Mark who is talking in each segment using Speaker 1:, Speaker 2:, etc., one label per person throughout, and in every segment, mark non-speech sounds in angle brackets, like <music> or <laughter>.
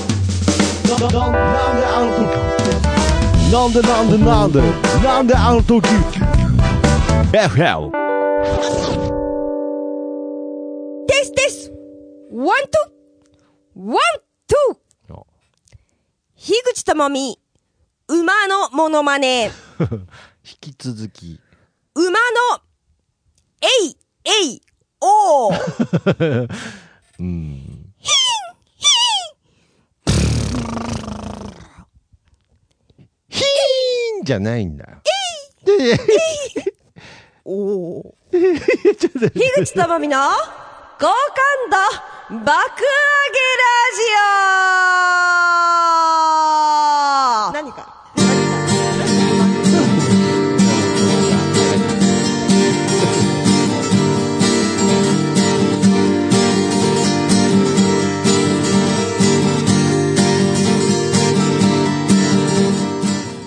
Speaker 1: なんであの時なんでなんでなんでなんであの時 FM
Speaker 2: テステスワン、ツーワン、ツー樋口智美、馬のモノマネ、
Speaker 1: 引き続き
Speaker 2: 馬の、えい、えい、おー
Speaker 1: ヒーンじゃないんだよで
Speaker 2: おー
Speaker 1: ちょっと待って
Speaker 2: 樋口智美の、好感度、爆上げラジオ何か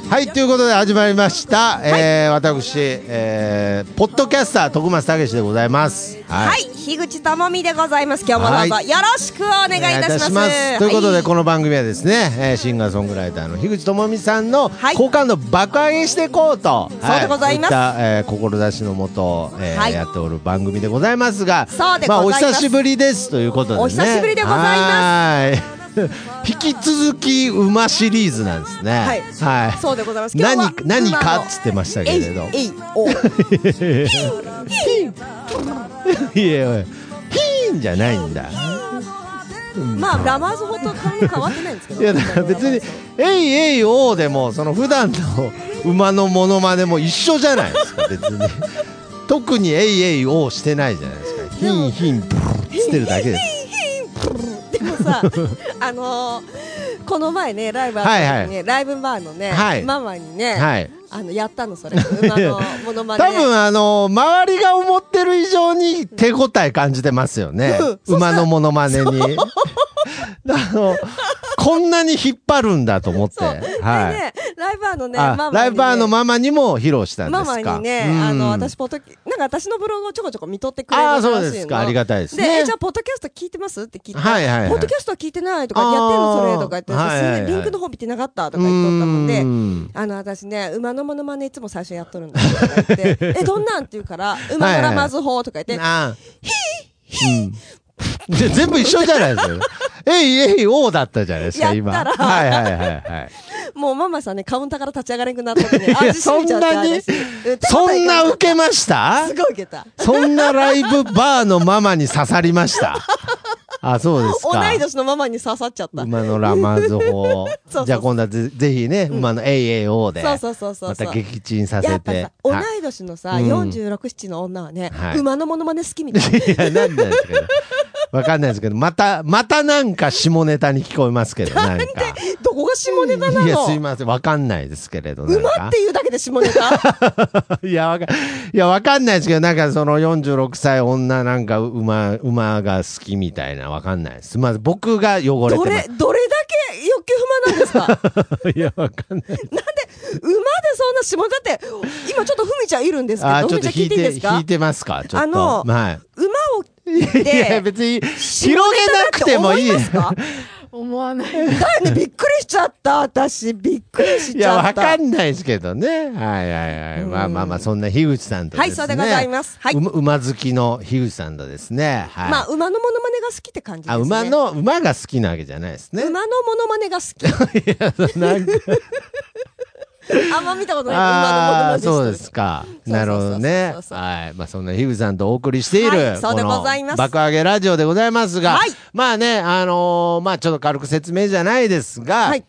Speaker 1: はい、ということで始まりました。えー、私、えー、ポッドキャスター徳松武史でございます。は
Speaker 2: はい、樋口智美でございます。今日もどうぞ
Speaker 1: はい
Speaker 2: よろしくお願いいたします。
Speaker 1: お願いいたということで、
Speaker 2: は
Speaker 1: この番組はですね、えーシンガーソングライターの樋口智美さんの
Speaker 2: はい
Speaker 1: 好感度爆上げしていこうと、
Speaker 2: そうでございます
Speaker 1: そうった、えー志のもと、えー
Speaker 2: はい
Speaker 1: やっておる番組でございますが、
Speaker 2: そうでございます
Speaker 1: あ、お久しぶりですということでね。
Speaker 2: お久しぶりでござい
Speaker 1: ます。 <laughs> 引き続き馬シリーズなんですね。
Speaker 2: はい
Speaker 1: はい。
Speaker 2: そうでございます今日は
Speaker 1: 何何
Speaker 2: 馬
Speaker 1: か
Speaker 2: の
Speaker 1: っつってましたけ
Speaker 2: えい
Speaker 1: れど。
Speaker 2: えい
Speaker 1: <laughs>
Speaker 2: おー
Speaker 1: いやおいピーンじゃないんだ。
Speaker 2: まあラマーズ法と変わ変わってないんですけど
Speaker 1: いやだから別に「えいえいおー」でもその普段の馬のモノマネも一緒じゃないですか別に特に「えいえいおー」してないじゃないですかヒンヒンブルーしてるだけです
Speaker 2: <laughs> でもさあのーこの前ねライブあった時にね、
Speaker 1: はい
Speaker 2: ライブバーのね、
Speaker 1: はい
Speaker 2: ママにね、
Speaker 1: はい
Speaker 2: あのやったのそれ馬のモノマ
Speaker 1: 多
Speaker 2: ネ
Speaker 1: 分あの周りが思ってる以上に手応え感じてますよね
Speaker 2: うん
Speaker 1: 馬のモノマネにあのこんなに引っ張るんだと思って
Speaker 2: そう、
Speaker 1: は
Speaker 2: で
Speaker 1: い
Speaker 2: ねライブバーのねママ
Speaker 1: あ
Speaker 2: にね
Speaker 1: ライバーのママにも披露したん
Speaker 2: マ
Speaker 1: で
Speaker 2: マ
Speaker 1: す
Speaker 2: に
Speaker 1: か
Speaker 2: ね、
Speaker 1: うん
Speaker 2: あの私ポッドキなんか私のブログをちょこちょこ見とってくれる
Speaker 1: あ
Speaker 2: ら
Speaker 1: あ
Speaker 2: しいの
Speaker 1: そうですかありがたいですね
Speaker 2: えじゃあポッドキャスト聞いてますって聞いて、
Speaker 1: はいはいはい
Speaker 2: ポッドキャストは聞いてないとかやってんのそれとか言って、
Speaker 1: あーはいはいはい
Speaker 2: すいませんリンクの方見てなかったとか言っとったもんで
Speaker 1: う。ん
Speaker 2: あの私ね馬のモノマネいつも最初やっとるんだとか言って
Speaker 1: <laughs>
Speaker 2: えどんなんって言うから馬のラマズ法とか言って、
Speaker 1: あ <laughs> あ。じゃ全部一緒じゃないですか。 <laughs> えいえいおーだったじゃないですか、今。
Speaker 2: やったら
Speaker 1: はいはいはいはい。
Speaker 2: もうママさんねカウンターから立ち上がれなくなったってね
Speaker 1: い
Speaker 2: <laughs> 味
Speaker 1: や
Speaker 2: しみちゃ
Speaker 1: そ
Speaker 2: って
Speaker 1: んなに
Speaker 2: 私う
Speaker 1: そんな
Speaker 2: 手応え
Speaker 1: 受けました
Speaker 2: がすごい受けた
Speaker 1: そんなライブバーのママに刺さりま
Speaker 2: <laughs>
Speaker 1: した。あ、そうです
Speaker 2: 同
Speaker 1: か。
Speaker 2: い年のママに刺さっちゃった
Speaker 1: 馬のラマーズ法
Speaker 2: <laughs> そうそう。
Speaker 1: じゃあ今度はぜぜひね、馬のえいえいおーで。
Speaker 2: そうそうそうそう
Speaker 1: また撃沈さ
Speaker 2: や
Speaker 1: せ
Speaker 2: っぱ
Speaker 1: て
Speaker 2: さ。同い
Speaker 1: は
Speaker 2: 年のさ、
Speaker 1: うん
Speaker 2: 46、7の女はね、
Speaker 1: はい
Speaker 2: 馬のモノマネ好きみたいな。
Speaker 1: いや、なんなんですけど。わかんないですけど、また、またなんか下ネタに聞こえますけど、なんか。
Speaker 2: どこが下ネタない
Speaker 1: や、すい
Speaker 2: の
Speaker 1: ません。わかんないですけれど。なんか
Speaker 2: 馬っていうだけで下ネタ
Speaker 1: いや、わか、いや、わかんないですけど、なんかその46歳女なんか馬、馬が好きみたいな、わかんないです。まず僕が汚れ
Speaker 2: ど
Speaker 1: てま
Speaker 2: れ、どれだけ欲求不満なんですかなんで
Speaker 1: <laughs> 。
Speaker 2: す
Speaker 1: いや、わかんない。
Speaker 2: そんな下ネタって、今ちょっとふみちゃんいるんですけ
Speaker 1: あ
Speaker 2: ど、
Speaker 1: ー、ち
Speaker 2: ふ
Speaker 1: ょっと
Speaker 2: みちゃん聞
Speaker 1: 引
Speaker 2: い
Speaker 1: い
Speaker 2: てい
Speaker 1: て、
Speaker 2: いです
Speaker 1: 引
Speaker 2: か
Speaker 1: いてますかちょっと。
Speaker 2: あの
Speaker 1: はい。
Speaker 2: 馬を
Speaker 1: いや、
Speaker 2: で、
Speaker 1: 別に、広げなくてもいい。い
Speaker 2: 下ネタだって思ますか
Speaker 3: 思わない。
Speaker 2: だよね、びっくりしちゃった、私。びっくりしち
Speaker 1: や、
Speaker 2: ゃ
Speaker 1: わ
Speaker 2: った。
Speaker 1: かんないですけどね。はいはいはい。まあまあまあ、そんな樋口さんとですね。
Speaker 2: はいそうでございますはいう
Speaker 1: 馬好きの樋口さんとですね。はい。
Speaker 2: まあ、馬のモノマネが好きって感じです
Speaker 1: あ、
Speaker 2: ね。
Speaker 1: 馬の、馬が好きなわけじゃないですね。
Speaker 2: 馬のモノマネが好き。
Speaker 1: <laughs> いや、なんか。
Speaker 2: あんま見たこと
Speaker 1: あ
Speaker 2: ない馬のモノマネ
Speaker 1: あー、
Speaker 2: してる
Speaker 1: そうですか。
Speaker 2: そうそうそう
Speaker 1: なるほどね
Speaker 2: そう。そう
Speaker 1: はい。まあ、そんなヒブさんとお送りしている、
Speaker 2: はいそうで
Speaker 1: この
Speaker 2: ございます
Speaker 1: 爆上げラジオでございますが、
Speaker 2: はい
Speaker 1: まあね、あのーまあ、ちょっと軽く説明じゃないですが、
Speaker 2: はい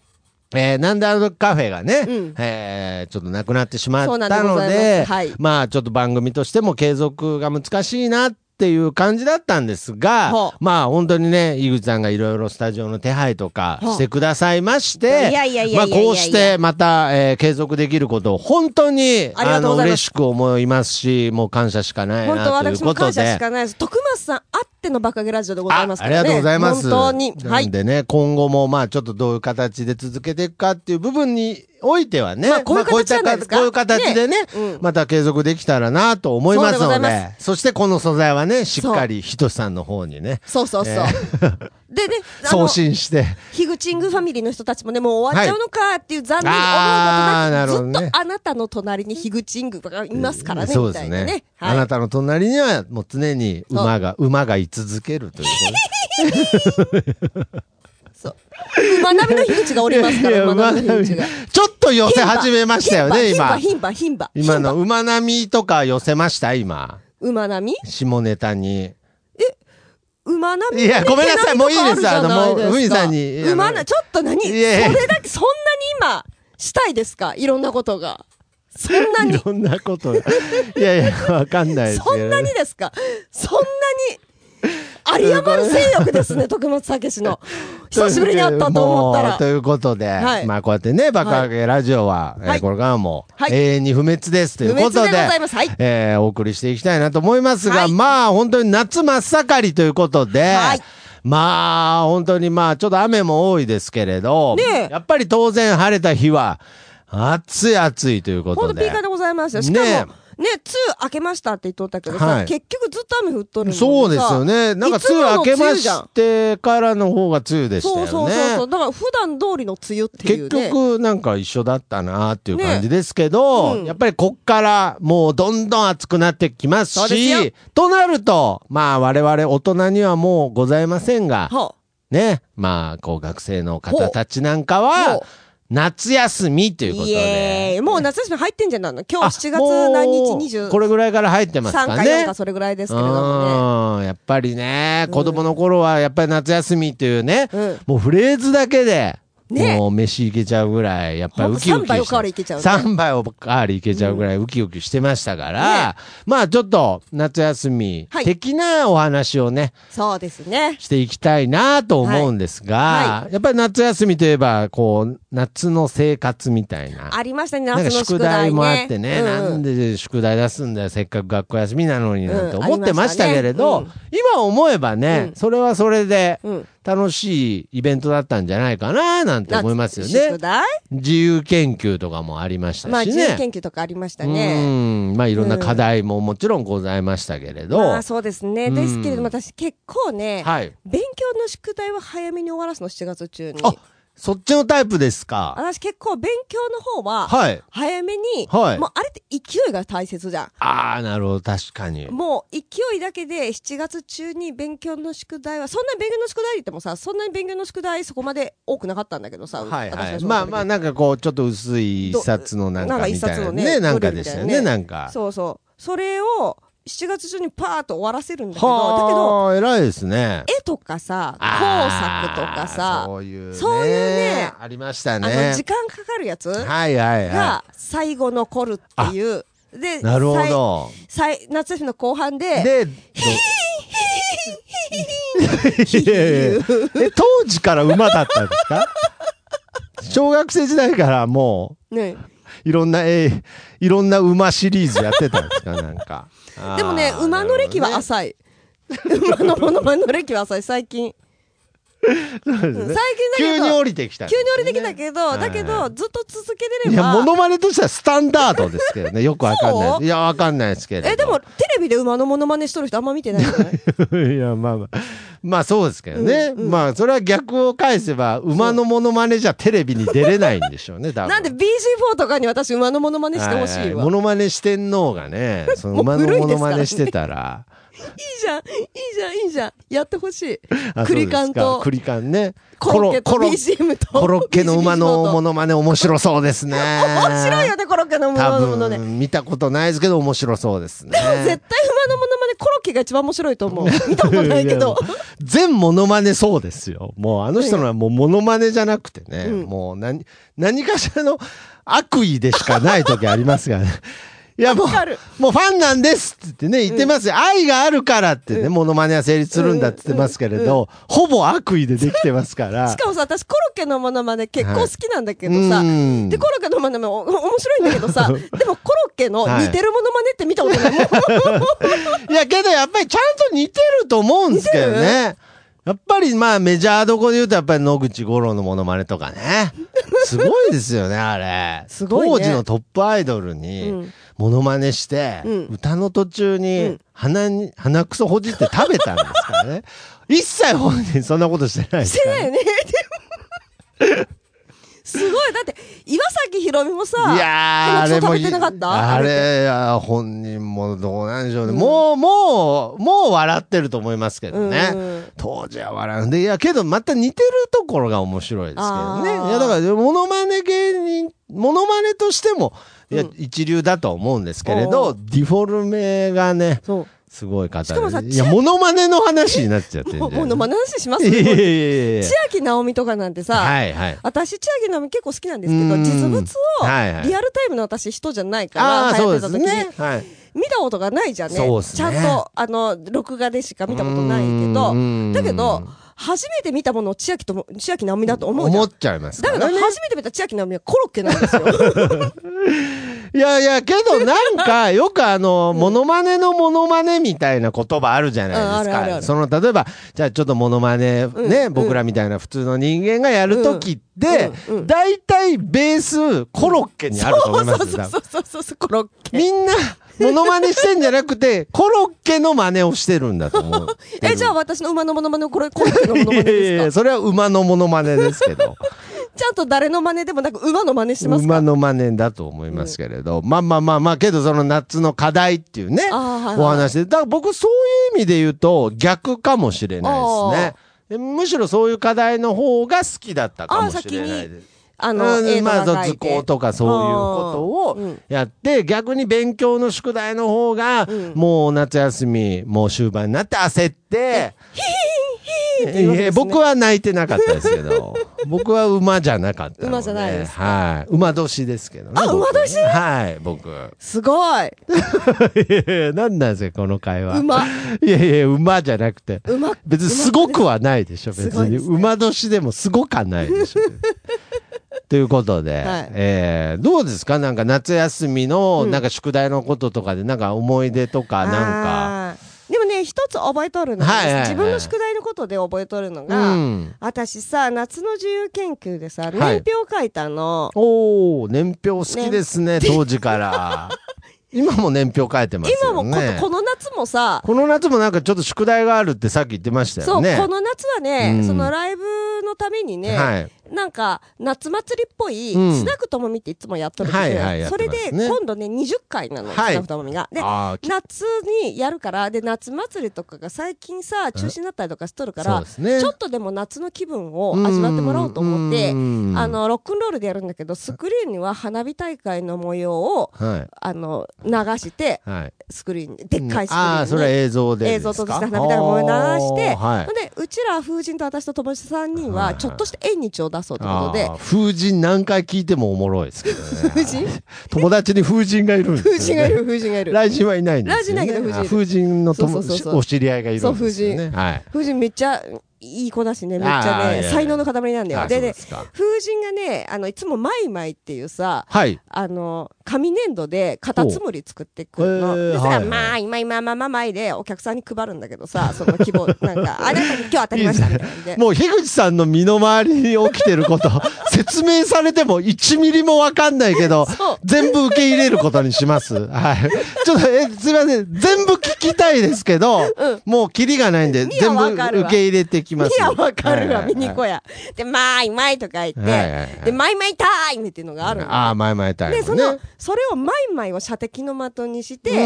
Speaker 1: えーなんであのカフェがね、
Speaker 2: うん
Speaker 1: えーちょっとなくなってしま
Speaker 2: そう
Speaker 1: っ
Speaker 2: なんで
Speaker 1: た
Speaker 2: ご
Speaker 1: の
Speaker 2: ざい
Speaker 1: で、
Speaker 2: ますはい
Speaker 1: まあ、ちょっと番組としても継続が難しいなっていう感じだったんですが
Speaker 2: ほう、
Speaker 1: まあ、本当にね、井口さんがいろいろスタジオの手配とか
Speaker 2: ほう
Speaker 1: してくださいまし
Speaker 2: いや
Speaker 1: て
Speaker 2: いやいやい、や
Speaker 1: ま
Speaker 2: い
Speaker 1: あ、
Speaker 2: やいや
Speaker 1: こうして、また、えー継続できることを本当に、
Speaker 2: ありがとうござ
Speaker 1: の、
Speaker 2: います
Speaker 1: 嬉しく思いますし、もう感謝しかない
Speaker 2: 本
Speaker 1: な
Speaker 2: 当
Speaker 1: という
Speaker 2: 私
Speaker 1: こ
Speaker 2: も
Speaker 1: と
Speaker 2: 感謝し
Speaker 1: で。
Speaker 2: かないです。徳松さんあってのバカげラジオでございます
Speaker 1: あ
Speaker 2: か
Speaker 1: あり
Speaker 2: らね。
Speaker 1: がとうございます。
Speaker 2: 本当に。は
Speaker 1: ないん。でね、今後もまあちょっとどういう形で続けていくかっていう部分においてはね、
Speaker 2: まあこういう形じゃないですか
Speaker 1: まあこういったかこういう形でね
Speaker 2: ねうん
Speaker 1: また継続できたらなと思います
Speaker 2: そう
Speaker 1: の
Speaker 2: で
Speaker 1: で、
Speaker 2: ございま
Speaker 1: そしてこの素材はね、しっかりひとしさんの方にね、
Speaker 2: そうそうそう。
Speaker 1: え
Speaker 2: <laughs> でね、あ
Speaker 1: 送
Speaker 2: の、
Speaker 1: 信して、
Speaker 2: ヒグチングファミリーの人たちもね、もう終わっちゃうのかっていう残念
Speaker 1: あーなる
Speaker 2: 思
Speaker 1: ほ
Speaker 2: う
Speaker 1: ど
Speaker 2: こ
Speaker 1: ね
Speaker 2: となく、ずっとあなたの隣にヒグチングがいますからね、
Speaker 1: そう
Speaker 2: み
Speaker 1: で
Speaker 2: た
Speaker 1: す
Speaker 2: いな
Speaker 1: ね
Speaker 2: ね。
Speaker 1: あ
Speaker 2: は。
Speaker 1: ないたの隣にはもう常に馬が、馬が居続けるということね。
Speaker 2: そう。馬並みのヒグチがおりますか
Speaker 1: いや
Speaker 2: ら、
Speaker 1: いや
Speaker 2: 馬並みのヒグチが。
Speaker 1: ちょっと <laughs> 寄せ始めましたよね、
Speaker 2: 牝馬
Speaker 1: 今。
Speaker 2: 牝馬、牝馬、牝馬。
Speaker 1: 今の馬並みとか寄せました、今。
Speaker 2: 馬並み
Speaker 1: 下ネタに。
Speaker 2: 馬並み
Speaker 1: いやごめんなさいもういいです
Speaker 2: あるじゃない
Speaker 1: あのもうふみさんにあの
Speaker 2: 馬な、ちょっと何そ
Speaker 1: いやいや
Speaker 2: れだけ、そんなに今、したいですかいろんなことが。そんなに
Speaker 1: <laughs> いろんなことが。いやいや、わかんないですけど
Speaker 2: そ
Speaker 1: ね
Speaker 2: んなにですかそんなに有り余る性
Speaker 1: <laughs>
Speaker 2: 欲ですね、徳松武の。久しぶりに会ったと思った
Speaker 1: も
Speaker 2: ら
Speaker 1: うと。いうことで、
Speaker 2: はい
Speaker 1: まあこうやってね、バカげラジオは、えー
Speaker 2: はい
Speaker 1: これからも、
Speaker 2: はい
Speaker 1: 永遠に不滅ですということで、
Speaker 2: 不滅でございますはい
Speaker 1: えーお送りしていきたいなと思いますが、
Speaker 2: はい
Speaker 1: まあ本当に夏真っ盛りということで、
Speaker 2: はい
Speaker 1: まあ本当にまあちょっと雨も多いですけれど、
Speaker 2: ねえ
Speaker 1: やっぱり当然晴れた日は、暑い暑いというこ
Speaker 2: ほん
Speaker 1: と
Speaker 2: とピ
Speaker 1: で
Speaker 2: ーカー。でございますよ。しかも、
Speaker 1: ね
Speaker 2: ね、2開けましたって言っとったけどさ、
Speaker 1: はい
Speaker 2: 結局ずっと雨降っとるのにさ
Speaker 1: そうですよね。なんか、梅雨明けま
Speaker 2: いつもの梅雨じゃん
Speaker 1: してからの方が梅雨でしたよ
Speaker 2: そう
Speaker 1: ね。
Speaker 2: そうそうそう。だから普段通りの梅雨っていう
Speaker 1: 結
Speaker 2: ね。
Speaker 1: 局なんか一緒だったなっていう
Speaker 2: ね
Speaker 1: 感じですけど、
Speaker 2: うん
Speaker 1: やっぱりこっからもうどんどん暑くなってきます
Speaker 2: そうですよ
Speaker 1: し、となると、まあ我々大人にはもうございませんが、
Speaker 2: は
Speaker 1: ね、まあこう学生の方たちなんか
Speaker 2: ほう
Speaker 1: は
Speaker 2: ほう、
Speaker 1: 夏休みということ
Speaker 2: イエー
Speaker 1: で。
Speaker 2: イもう夏休み入ってんじゃないの今
Speaker 1: あ
Speaker 2: 日7月何
Speaker 1: もう
Speaker 2: 日23
Speaker 1: これぐらいから入ってますか
Speaker 2: か
Speaker 1: ね。
Speaker 2: 4かそれぐらいですけれどもね。
Speaker 1: うんやっぱりね、子供の頃はやっぱり夏休みっていうね、
Speaker 2: うん
Speaker 1: もうフレーズだけで、
Speaker 2: ね
Speaker 1: もう飯行けちゃうぐらい、やっぱりウキウキして。
Speaker 2: ほんと三杯おかわり行けちゃうね
Speaker 1: 三杯おかわり行けちゃうぐらいウキウキしてましたから、まあちょっと夏休み
Speaker 2: はい
Speaker 1: 的なお話をね、
Speaker 2: そうですね。
Speaker 1: していきたいなと思うんですが、
Speaker 2: はい
Speaker 1: やっぱり夏休みといえば、こう、夏の生活みたいな。
Speaker 2: ありましたね、
Speaker 1: なん
Speaker 2: 夏
Speaker 1: か
Speaker 2: の
Speaker 1: 宿
Speaker 2: 宿題
Speaker 1: 題
Speaker 2: ね。
Speaker 1: もあってね、
Speaker 2: うん
Speaker 1: なんで宿題出すんだよ、せっかく学校休みなのになんて
Speaker 2: うん
Speaker 1: 思ってましたけれど、
Speaker 2: ありま
Speaker 1: 今思えばね、
Speaker 2: うん
Speaker 1: それはそれで
Speaker 2: うん
Speaker 1: 楽しいイベントだったんじゃないかな、なんて思いますよ
Speaker 2: 夏宿
Speaker 1: ね。
Speaker 2: 題
Speaker 1: 自由研究とかもありました
Speaker 2: まあ、
Speaker 1: し
Speaker 2: 自由
Speaker 1: ね。
Speaker 2: 研究とかありました
Speaker 1: う
Speaker 2: ね。
Speaker 1: ん、まあいろんな課題ももちろんございましたけれど、
Speaker 2: まあ、そうですね。
Speaker 1: うん
Speaker 2: ですけれども、私結構ね、
Speaker 1: はい。
Speaker 2: 勉強の宿題は早めに終わらすの、7月中に。
Speaker 1: あ、そっちのタイプですか。
Speaker 2: 私結構勉強の方は、
Speaker 1: はい。
Speaker 2: 早めに、
Speaker 1: はい
Speaker 2: もうあれって勢いが大切じゃ
Speaker 1: ああ、なるほど、確かに
Speaker 2: ん。。もう勢いだけで7月中に勉強の宿題は、そんなに勉強の宿題って言ってもさ、そんなに勉強の宿題そこまで多くなかったんだけどさ、
Speaker 1: はいはい。
Speaker 2: 私の
Speaker 1: まあまあ、
Speaker 2: 小学校の時
Speaker 1: なんかこう、ちょっと薄い一冊のなん
Speaker 2: どな
Speaker 1: か
Speaker 2: んか一
Speaker 1: みたい
Speaker 2: 冊
Speaker 1: な
Speaker 2: のね
Speaker 1: ね、なんかでしたよ
Speaker 2: どれ
Speaker 1: ね、
Speaker 2: みた
Speaker 1: ないんか。
Speaker 2: そうそう。それを7月中にパーッと終わらせるんだけど、だけど、
Speaker 1: はあ、偉いですね。
Speaker 2: 絵とかさ、工
Speaker 1: あ
Speaker 2: 作
Speaker 1: ー
Speaker 2: とかさ、
Speaker 1: そういうね。
Speaker 2: そういうね
Speaker 1: ありました
Speaker 2: あ
Speaker 1: ね
Speaker 2: の、時。間かかるやつ
Speaker 1: はいはいは
Speaker 2: が最後残るっていう。で、
Speaker 1: い。なるほど。
Speaker 2: さい。さい夏休みの後半で、 <laughs>
Speaker 1: で、どいやいやえ当時から馬だったんです
Speaker 2: <laughs>
Speaker 1: か小学生時代からも
Speaker 2: ね、
Speaker 1: う、いろんな、えーいろんな馬シリーズやってたんですか、なんか。あー
Speaker 2: <laughs> でもね、馬の歴は浅い。馬のものまねの歴は浅い、最近。
Speaker 1: なるほ
Speaker 2: う
Speaker 1: ど
Speaker 2: ん
Speaker 1: ね
Speaker 2: 最近
Speaker 1: 急に
Speaker 2: だけど、
Speaker 1: 降りてきたんで
Speaker 2: 急
Speaker 1: すね、
Speaker 2: に降りてきたけど、
Speaker 1: はいはい
Speaker 2: だけど、ずっと続けて
Speaker 1: い
Speaker 2: れ
Speaker 1: や、
Speaker 2: ば、
Speaker 1: モノマネとしてはスタンダードですけどね。よくわかんない。いや、わかんないですけれど。
Speaker 2: え、でも、テレビで馬のものまねしとる人あんま見てないじゃない
Speaker 1: いや、まあまあ。まあそうですけどね。まあそれは逆を返せば、馬のモノマネじゃテレビに出れないんでしょうね、 <laughs> 多分
Speaker 2: なんで BG4 とかに私馬のものまねしてほし
Speaker 1: はいい
Speaker 2: わ。
Speaker 1: モノマネしてんのがね、その
Speaker 2: も
Speaker 1: 馬
Speaker 2: う
Speaker 1: の
Speaker 2: 古いですからね
Speaker 1: モノマネしてた
Speaker 2: <laughs>
Speaker 1: ら。
Speaker 2: いいじゃん、いいじゃん、いいじゃん。やってほしい
Speaker 1: あ。
Speaker 2: クリカ
Speaker 1: そ
Speaker 2: ン
Speaker 1: うですか
Speaker 2: と
Speaker 1: ク、リカンね。
Speaker 2: コロッケと
Speaker 1: コロ
Speaker 2: BGM と。
Speaker 1: コロッケの馬のモ
Speaker 2: の。
Speaker 1: ノマネ面白そうですね。
Speaker 2: 面白いよね、コロッケの馬
Speaker 1: 多
Speaker 2: のものね。
Speaker 1: 分見たことないですけど面白そうですね。
Speaker 2: でも <laughs> 絶対馬のものまね、コロッケが一番面白いと思う。見たことないけど。
Speaker 1: や全モノマネそうですよ。もうあの人のはもうモノマネじゃなくてね、もう何、何かしらの悪意でしかない時あります
Speaker 2: <laughs>
Speaker 1: がね。いやも
Speaker 2: わかる
Speaker 1: う、もうファンなんですって言ってね、言ってますよ。愛があるからってね、モノマネは成立するんだって言ってますけれど、ほぼ悪意でできてますから。
Speaker 2: しかもさ、私コロッケのものまね結構好きなんだけどさ、
Speaker 1: うん
Speaker 2: で、コロッケのものまねお面白いんだけど
Speaker 1: <laughs>
Speaker 2: さ、でもコロッケの似てるものまねって見たことない。もう
Speaker 1: いや、けどやっぱりちゃんと似てると思うんですけど
Speaker 2: 似て
Speaker 1: ね。やっぱりまあメジャーどこで言うとやっぱり野口五郎のモノマネとかね。すごいですよね、あれ。
Speaker 2: すごいね
Speaker 1: 当時のトップアイドル
Speaker 2: う
Speaker 1: に
Speaker 2: ん、
Speaker 1: モノマネして、
Speaker 2: うん
Speaker 1: 歌の途中
Speaker 2: う
Speaker 1: に
Speaker 2: ん、
Speaker 1: 鼻に、鼻くそほじって食べたんですから
Speaker 2: <laughs>
Speaker 1: ね。一切本人そんなことしてないです
Speaker 2: し
Speaker 1: か
Speaker 2: て
Speaker 1: ら
Speaker 2: な
Speaker 1: ね
Speaker 2: いよね。でもすごい。だって、岩崎宏美もさ、
Speaker 1: いやー、あ
Speaker 2: 鼻
Speaker 1: れ
Speaker 2: くそ
Speaker 1: も
Speaker 2: 食べてなかった
Speaker 1: あ
Speaker 2: れ
Speaker 1: れ、いや本人もどうなんでしょうね。もう、もう、もう笑ってると思いますけどね。
Speaker 2: うん
Speaker 1: 当時は笑うんで、いや、けどまた似てるところが面白いですけどね。い
Speaker 2: あー
Speaker 1: や、だから、モノマネ芸人、モノマネとしても、いや、一流だと思うんですけれ
Speaker 2: お
Speaker 1: ど、
Speaker 2: ー
Speaker 1: ディフォルメがね、
Speaker 2: そう。
Speaker 1: すごい方で。
Speaker 2: しかもさ
Speaker 1: いや、モノマネの話になっちゃってるん
Speaker 2: も
Speaker 1: で。
Speaker 2: う、もう、まな話しま
Speaker 1: い
Speaker 2: す
Speaker 1: やいやいや
Speaker 2: 千
Speaker 1: いや
Speaker 2: 秋直美とかなんてさ、
Speaker 1: はいはい。
Speaker 2: 私、千秋直美結構好きなんですけ
Speaker 1: う
Speaker 2: ど、
Speaker 1: ん
Speaker 2: 実物を、
Speaker 1: はいはい
Speaker 2: リアルタイムの私人じゃないか
Speaker 1: あ
Speaker 2: ら、
Speaker 1: あー、
Speaker 2: 流
Speaker 1: そ
Speaker 2: 行
Speaker 1: うで
Speaker 2: ってた
Speaker 1: す
Speaker 2: 時に、
Speaker 1: ね。はい。
Speaker 2: 見たことがないじゃんね。
Speaker 1: そうっすね
Speaker 2: ちゃんと、あの、録画でしか見たことないけ
Speaker 1: う
Speaker 2: ど、
Speaker 1: ん
Speaker 2: だけど、初めて見たものを千秋とも、千秋直美だと思うじゃ
Speaker 1: 思
Speaker 2: ん。
Speaker 1: っちゃいますか
Speaker 2: だ
Speaker 1: ら
Speaker 2: け
Speaker 1: ね
Speaker 2: ど、初めて見た千秋直美はコロッケなん
Speaker 1: <laughs>
Speaker 2: ですよ。
Speaker 1: いやいや、けどなんか、よくあの、モノマネのモノマネみたいな言葉あるじゃないです
Speaker 2: うんあるあるあ
Speaker 1: か。
Speaker 2: る
Speaker 1: その、例えば、じゃあちょっとモノマネ
Speaker 2: うんう
Speaker 1: ね、
Speaker 2: ん
Speaker 1: 僕らみたいな普通の人間がやるときって
Speaker 2: うんうんうん、
Speaker 1: 大体ベース、コロッケにあると思いますよ。多
Speaker 2: そ
Speaker 1: 分
Speaker 2: うそうそうそう、コロッケ。。
Speaker 1: みんな、モノマネしてんじゃなくて、コロッケの真似をしてるんだと思う
Speaker 2: <laughs> え、じゃあ私の馬のモノマネ、これコロッケのモノ
Speaker 1: い
Speaker 2: マ
Speaker 1: や
Speaker 2: ネ
Speaker 1: いやい
Speaker 2: で
Speaker 1: や、
Speaker 2: すか
Speaker 1: それは馬のモノマネですけど。
Speaker 2: ちゃんと誰の真似でもなく馬の真似してますか
Speaker 1: 馬の真似だと思いますけれど、まあまあまあまあけどその夏の課題っていうね、
Speaker 2: あーはいはい
Speaker 1: お話でだから僕そういう意味で言うと逆かもしれないですねでむしろそういう課題の方が好きだったか
Speaker 2: ああ、
Speaker 1: もし
Speaker 2: 先
Speaker 1: れない
Speaker 2: に
Speaker 1: です。、
Speaker 2: あ
Speaker 1: う
Speaker 2: の、
Speaker 1: ん
Speaker 2: 映
Speaker 1: まあ
Speaker 2: 画
Speaker 1: そう
Speaker 2: が
Speaker 1: 図工とかそういうことをやって、逆に勉強の宿題の方が、もう夏休みもう終盤になって焦って、
Speaker 2: ヒーって言うわけ
Speaker 1: い
Speaker 2: で
Speaker 1: や
Speaker 2: すね
Speaker 1: 僕は泣いてなかったですけ
Speaker 2: <laughs>
Speaker 1: ど僕は馬じゃなかったので
Speaker 2: 馬じゃないです
Speaker 1: はい馬年ですけどね
Speaker 2: あ
Speaker 1: 僕
Speaker 2: 馬年
Speaker 1: はい僕 <laughs> い
Speaker 2: すごい。
Speaker 1: やいや何なんですかこの会話
Speaker 2: 馬
Speaker 1: いやいや馬じゃなくて
Speaker 2: 馬。
Speaker 1: 別にすごくはないでしょ別
Speaker 2: すごい
Speaker 1: に
Speaker 2: です
Speaker 1: 馬年でもすごかないで
Speaker 2: <laughs>
Speaker 1: しょということで、
Speaker 2: はい
Speaker 1: えーどうですかなんか夏休みのなんか宿題のこととかでなんか思い出とかなんか、
Speaker 2: あーでもね、一つ覚えとるのが、
Speaker 1: はいはいはい
Speaker 2: 自分の宿題のことで覚えとるの
Speaker 1: う
Speaker 2: が、
Speaker 1: ん、
Speaker 2: 私さ、夏の自由研究でさ、
Speaker 1: は
Speaker 2: 年
Speaker 1: い
Speaker 2: 表書いたの。
Speaker 1: おお年表好きですね当時から
Speaker 2: <laughs>
Speaker 1: 今も年表書いてます
Speaker 2: 今
Speaker 1: よ
Speaker 2: も
Speaker 1: ね
Speaker 2: こ、この夏もさ、
Speaker 1: この夏もなんかちょっと宿題があるってさっき言ってました
Speaker 2: そ
Speaker 1: よ
Speaker 2: う、
Speaker 1: ね
Speaker 2: この夏はね、
Speaker 1: うん
Speaker 2: そのライブのためにね、
Speaker 1: はい
Speaker 2: なんか、夏祭りっぽい、
Speaker 1: うん
Speaker 2: スナックともみっていつもやっとるけど、
Speaker 1: はいはいやって
Speaker 2: それで、
Speaker 1: ますね
Speaker 2: 今度ね、20回なの、
Speaker 1: はい
Speaker 2: スナックともみが。で、
Speaker 1: あーき
Speaker 2: 夏にやるから、で、夏祭りとかが最近さ、中止になったりとかしとるか
Speaker 1: そう
Speaker 2: ら
Speaker 1: で、すね
Speaker 2: ちょっとでも夏の気分を味わってもらおうと思って、
Speaker 1: うん
Speaker 2: あの、ロックンロールでやるんだけど、スクリーンには花火大会の模様を、
Speaker 1: は
Speaker 2: あの、流して、
Speaker 1: いはい
Speaker 2: スクリーンに、でっかいスクリーンに、
Speaker 1: ああーそれは映像で
Speaker 2: 映
Speaker 1: で
Speaker 2: 像
Speaker 1: す
Speaker 2: と
Speaker 1: か
Speaker 2: して花火大会を流して、
Speaker 1: あーはい
Speaker 2: ほんで、うちら風神と私と友達3人は、ちょっとした縁日を出そうということで
Speaker 1: あ、ー風神何回聞いてもおもろいですけどね <laughs>
Speaker 2: 風神
Speaker 1: 友達に風神がいるんですよ、ね、
Speaker 2: 風神がいる、風神がいる。
Speaker 1: 来神はいないんですよ、ね、
Speaker 2: 来神ないけど風神いる
Speaker 1: あ風神の友
Speaker 2: そうそうそうそう
Speaker 1: お知り合いがいるんですよ、ね、
Speaker 2: そう風
Speaker 1: はい
Speaker 2: 風神めっちゃいい子だしね、めっち
Speaker 1: あ
Speaker 2: ゃ
Speaker 1: ーいや
Speaker 2: ね、
Speaker 1: いや
Speaker 2: 才能の塊なんだ
Speaker 1: あー
Speaker 2: よ。で
Speaker 1: そうで
Speaker 2: ね、
Speaker 1: すか
Speaker 2: 風神がね、あの、いつもマイマイっていうさ、
Speaker 1: はい
Speaker 2: あの、紙粘土でカタツムリ作ってくる
Speaker 1: ほうへ
Speaker 2: の。
Speaker 1: ー
Speaker 2: で、それは、
Speaker 1: はいはい
Speaker 2: まあ、今、今、まあ、まあ、まあ、で、お客さんに配るんだけどさ、その希望、なんか、あなたに今日当たりましたみたいな感じで。
Speaker 1: もう樋口さんの身の回りに起きてる
Speaker 2: <laughs>
Speaker 1: こと、説明されても1ミリもわかんないけど
Speaker 2: <laughs> そう、
Speaker 1: 全部受け入れることにします。はい。ちょっと、え、すいません。全部聞きたいですけど、もうキリがないんで、
Speaker 2: ミア
Speaker 1: 全部
Speaker 2: わかるわ
Speaker 1: 受け入れてきます。
Speaker 2: いや、わかるわ、
Speaker 1: はい
Speaker 2: ミニコや。で、マイマイとか言って、
Speaker 1: はいはいはい
Speaker 2: で、マイマイタイムっていうのがあるの。
Speaker 1: ああ、前々タイム、ね。
Speaker 2: で、その、それをマイマイを射的の的にして、
Speaker 1: う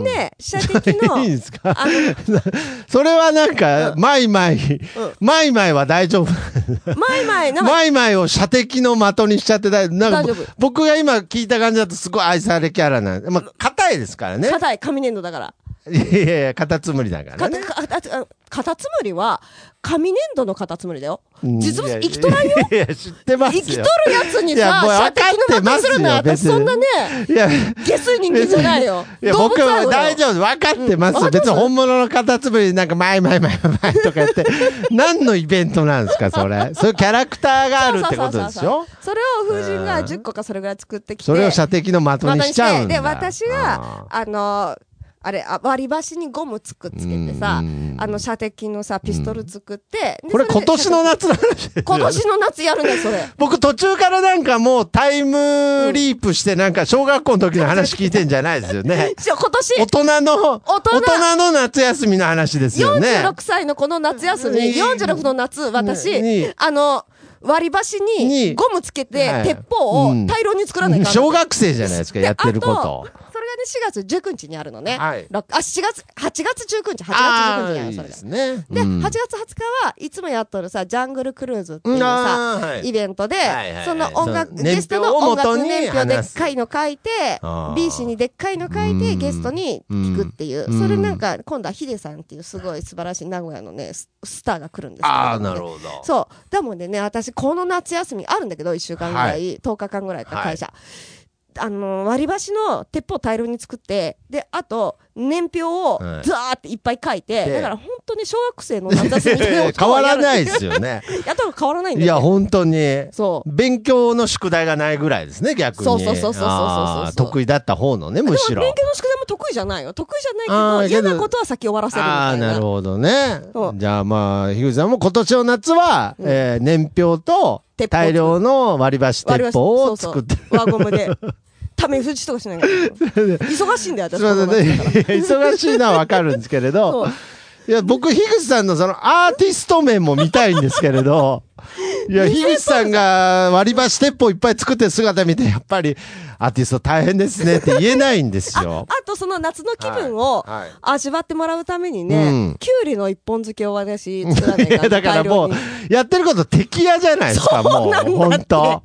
Speaker 1: ん
Speaker 2: で、射的
Speaker 1: <laughs>
Speaker 2: の、
Speaker 1: いいんですか
Speaker 2: あの、
Speaker 1: それはなんか、マイマイ、マイマイは大丈夫。
Speaker 2: マイマイ、なんか、
Speaker 1: マイマイを射的の的にしちゃって大なんか
Speaker 2: 大丈夫
Speaker 1: 僕が今聞いた感じだとすごい愛されキャラなんで、まあ、硬いですからね。
Speaker 2: 硬い、紙粘土だから。
Speaker 1: いやいやいや、カタツムリだから
Speaker 2: か
Speaker 1: ね。
Speaker 2: た、かた、カタツムリは、紙粘土のカタツムリだよ。
Speaker 1: うん
Speaker 2: 実
Speaker 1: いや
Speaker 2: 物、生きとらんよ。
Speaker 1: いやいや、知ってま
Speaker 2: 生
Speaker 1: すよ。
Speaker 2: きとるやつに
Speaker 1: いや
Speaker 2: さ
Speaker 1: もう、
Speaker 2: 射的の的にするのは、
Speaker 1: わかってま
Speaker 2: 私
Speaker 1: すよ
Speaker 2: そんなね、
Speaker 1: いや、
Speaker 2: 下水人間じゃないよ。
Speaker 1: いや
Speaker 2: 動物
Speaker 1: 僕
Speaker 2: 愛
Speaker 1: は
Speaker 2: 護だ
Speaker 1: 大
Speaker 2: よ
Speaker 1: 丈夫。分かってます
Speaker 2: うん
Speaker 1: よ。
Speaker 2: わかってます
Speaker 1: 別に本物のカタツムリなんか、前前前前とか言って、何のイベントなんですか、それ。そういうキャラクターがあるってことでし
Speaker 2: そうそうそう
Speaker 1: ょ
Speaker 2: そうそれを風神が10個かそれぐらい作ってきて。
Speaker 1: それを射的の的
Speaker 2: 的
Speaker 1: に
Speaker 2: に
Speaker 1: しちゃうんだ。
Speaker 2: で、私が、あの、あれ、あ割り箸にゴムつくつけてさ、あ
Speaker 1: うん
Speaker 2: の、射的のさ、ピストル作って、で
Speaker 1: これ
Speaker 2: そ
Speaker 1: 今年の
Speaker 2: 射
Speaker 1: 夏の話ですよね
Speaker 2: 的今年の夏やるね、そ <laughs> れ。
Speaker 1: <laughs> 僕途中からなんかもうタイムリープしてなんか小学校の時の話聞いてんじゃないですよね。
Speaker 2: じゃあ今年、
Speaker 1: 大人の、
Speaker 2: 大人
Speaker 1: の夏休みの話ですよね。
Speaker 2: 46歳のこの夏休み、
Speaker 1: に
Speaker 2: 46の夏、
Speaker 1: に
Speaker 2: 私、あの、割り箸
Speaker 1: に
Speaker 2: にゴムつけて
Speaker 1: はい、
Speaker 2: 鉄砲
Speaker 1: うん
Speaker 2: を大量に作らない
Speaker 1: うん
Speaker 2: かん
Speaker 1: 小学生じゃないですか、
Speaker 2: で
Speaker 1: やってるこ
Speaker 2: あ
Speaker 1: と。
Speaker 2: それがね、4月19日にあるのね。
Speaker 1: はい
Speaker 2: ろくあ、4月、8月19日、8月
Speaker 1: あ
Speaker 2: 19日にあ
Speaker 1: ー
Speaker 2: る、
Speaker 1: いい
Speaker 2: それ
Speaker 1: で
Speaker 2: が
Speaker 1: す。ね。
Speaker 2: で、
Speaker 1: うん
Speaker 2: 8月20日はいつもやっとるさ、ジャングルクルーズっていう
Speaker 1: うんあー
Speaker 2: さ
Speaker 1: は、い
Speaker 2: イベントで
Speaker 1: はいはいはい、
Speaker 2: その音
Speaker 1: そ
Speaker 2: 楽、
Speaker 1: の年表
Speaker 2: ゲストの音
Speaker 1: を
Speaker 2: 楽
Speaker 1: 元に
Speaker 2: 年表で
Speaker 1: 話
Speaker 2: っ
Speaker 1: す
Speaker 2: かいの書いて
Speaker 1: あー、
Speaker 2: B 氏にでっかいの書いうて、
Speaker 1: ん
Speaker 2: ゲストに聞くっていう
Speaker 1: うん。
Speaker 2: それなんか、今度はヒデさんっていうすごい素晴らしい名古屋のね、ススターが来るんですけど
Speaker 1: ああ、なるほど。
Speaker 2: そう。だもんでね、私、この夏休みあるんだけど、1週間ぐらい、
Speaker 1: は
Speaker 2: 10日間ぐらいか、
Speaker 1: はい
Speaker 2: 会社。あの、割り箸の鉄砲大量に作って、で、あと、年表を
Speaker 1: はい
Speaker 2: ザーっていっぱい書いて、
Speaker 1: で
Speaker 2: だから本当に小学生の夏
Speaker 1: <laughs>
Speaker 2: 休みみたいなこと
Speaker 1: 変
Speaker 2: を
Speaker 1: わ
Speaker 2: や
Speaker 1: ら
Speaker 2: る
Speaker 1: ないですよね。
Speaker 2: やったら変わらないんだ
Speaker 1: いや、
Speaker 2: よ、ね。
Speaker 1: 本当に。
Speaker 2: そう。
Speaker 1: 勉強の宿題がないぐらいですね、逆に。
Speaker 2: そうそうそうそうそうそうそう
Speaker 1: あー得意だった方のね、むし
Speaker 2: でも
Speaker 1: ろ。
Speaker 2: 勉強の宿題も得意じゃないよ。得意じゃ
Speaker 1: あ
Speaker 2: な
Speaker 1: ー
Speaker 2: いけど、嫌
Speaker 1: けど
Speaker 2: なことは先終わらせるみ
Speaker 1: あ
Speaker 2: た
Speaker 1: あー、
Speaker 2: いな。
Speaker 1: なるほどね
Speaker 2: そ。う
Speaker 1: じゃあまあ、樋口さんも今年の夏は、えー年表と
Speaker 2: 鉄砲
Speaker 1: 大量の割り箸
Speaker 2: 割
Speaker 1: 鉄
Speaker 2: り箸
Speaker 1: 砲を
Speaker 2: そう
Speaker 1: 作って。
Speaker 2: そう輪ゴムで。ため打ちとかしないから
Speaker 1: <laughs>
Speaker 2: 忙しいんだよ、私。
Speaker 1: そうそう
Speaker 2: この夏だから
Speaker 1: 忙しいのはわかるんですけれど
Speaker 2: そう。
Speaker 1: いや、僕、樋口さんのそのアーティスト面も見たいんですけれど。いや、樋口さんが割り箸鉄砲いっぱい作ってる姿見て、やっぱり、アーティスト大変ですねって言えないんですよ。
Speaker 2: あとその夏の気分を
Speaker 1: はいはい
Speaker 2: 味わってもらうために
Speaker 1: うん
Speaker 2: ね、きゅうりの一本漬け
Speaker 1: <laughs>
Speaker 2: を私作らない
Speaker 1: いや、
Speaker 2: か
Speaker 1: だ
Speaker 2: ら
Speaker 1: から
Speaker 2: 大
Speaker 1: も
Speaker 2: 量
Speaker 1: う
Speaker 2: に。、
Speaker 1: やってること敵屋じゃないですか、もう。本当。